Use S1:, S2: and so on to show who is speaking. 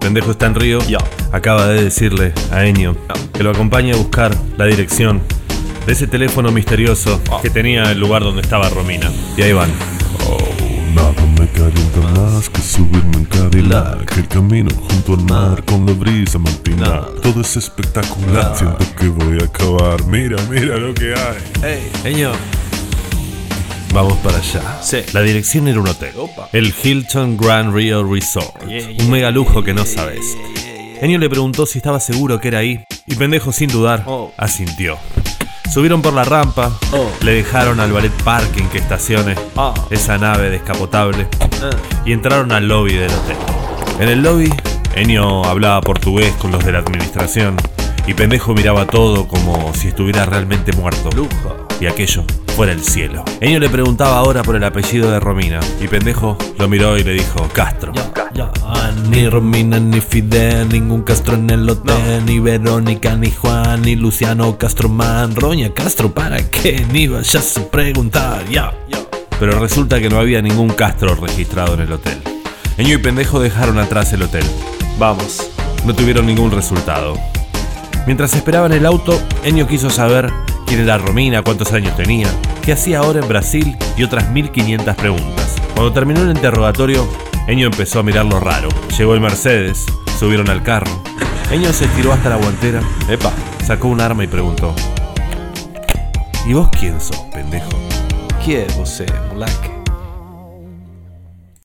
S1: pendejo está en Río,
S2: Yo.
S1: acaba de decirle a Enio que lo acompañe a buscar la dirección de ese teléfono misterioso
S2: Ah.
S1: que tenía el lugar donde estaba Romina. Y ahí van.
S3: Nada me calienta más que subirme en Cadillac El camino junto al mar con la brisa matinal Todo es espectacular, siento que voy a acabar Mira, mira lo que hay
S2: Ey,
S1: Enio, vamos para allá.
S2: Sí.
S1: La dirección era un hotel.
S2: Opa.
S1: El Hilton Grand Rio Resort. un mega lujo que no sabes. Enio le preguntó si estaba seguro que era ahí y pendejo sin dudar
S2: Oh.
S1: asintió. Subieron por la rampa,
S2: Oh.
S1: le dejaron al ballet parking que estacione
S2: Ah.
S1: esa nave descapotable
S2: eh,
S1: y entraron al lobby del hotel. En el lobby, Enio hablaba portugués con los de la administración y pendejo miraba todo como si estuviera realmente muerto
S2: lujo.
S1: y aquello fuera el cielo. Enio le preguntaba ahora por el apellido de Romina y pendejo lo miró y le dijo Castro.
S2: Ya, ya.
S4: Ah, Ni Romina, ni Fidel, ningún Castro en el hotel, ni Verónica, ni Juan, ni Luciano Castro Man, Roña Castro, ¿para qué? Ni vayas a preguntar, ya.
S2: Yo.
S1: Pero resulta que no había ningún Castro registrado en el hotel. Enio y pendejo dejaron atrás el hotel.
S2: Vamos.
S1: No tuvieron ningún resultado. Mientras esperaban el auto, Enio quiso saber quién era Romina, cuántos años tenía, qué hacía ahora en Brasil y otras 1500 preguntas. Cuando terminó el interrogatorio, Enio empezó a mirarlo raro. Llegó el Mercedes, subieron al carro. Enio se estiró hasta la guantera,
S2: Epa.
S1: sacó un arma y preguntó: ¿Y vos quién sos, pendejo?
S2: ¿Qué es vos, eh, mulaque?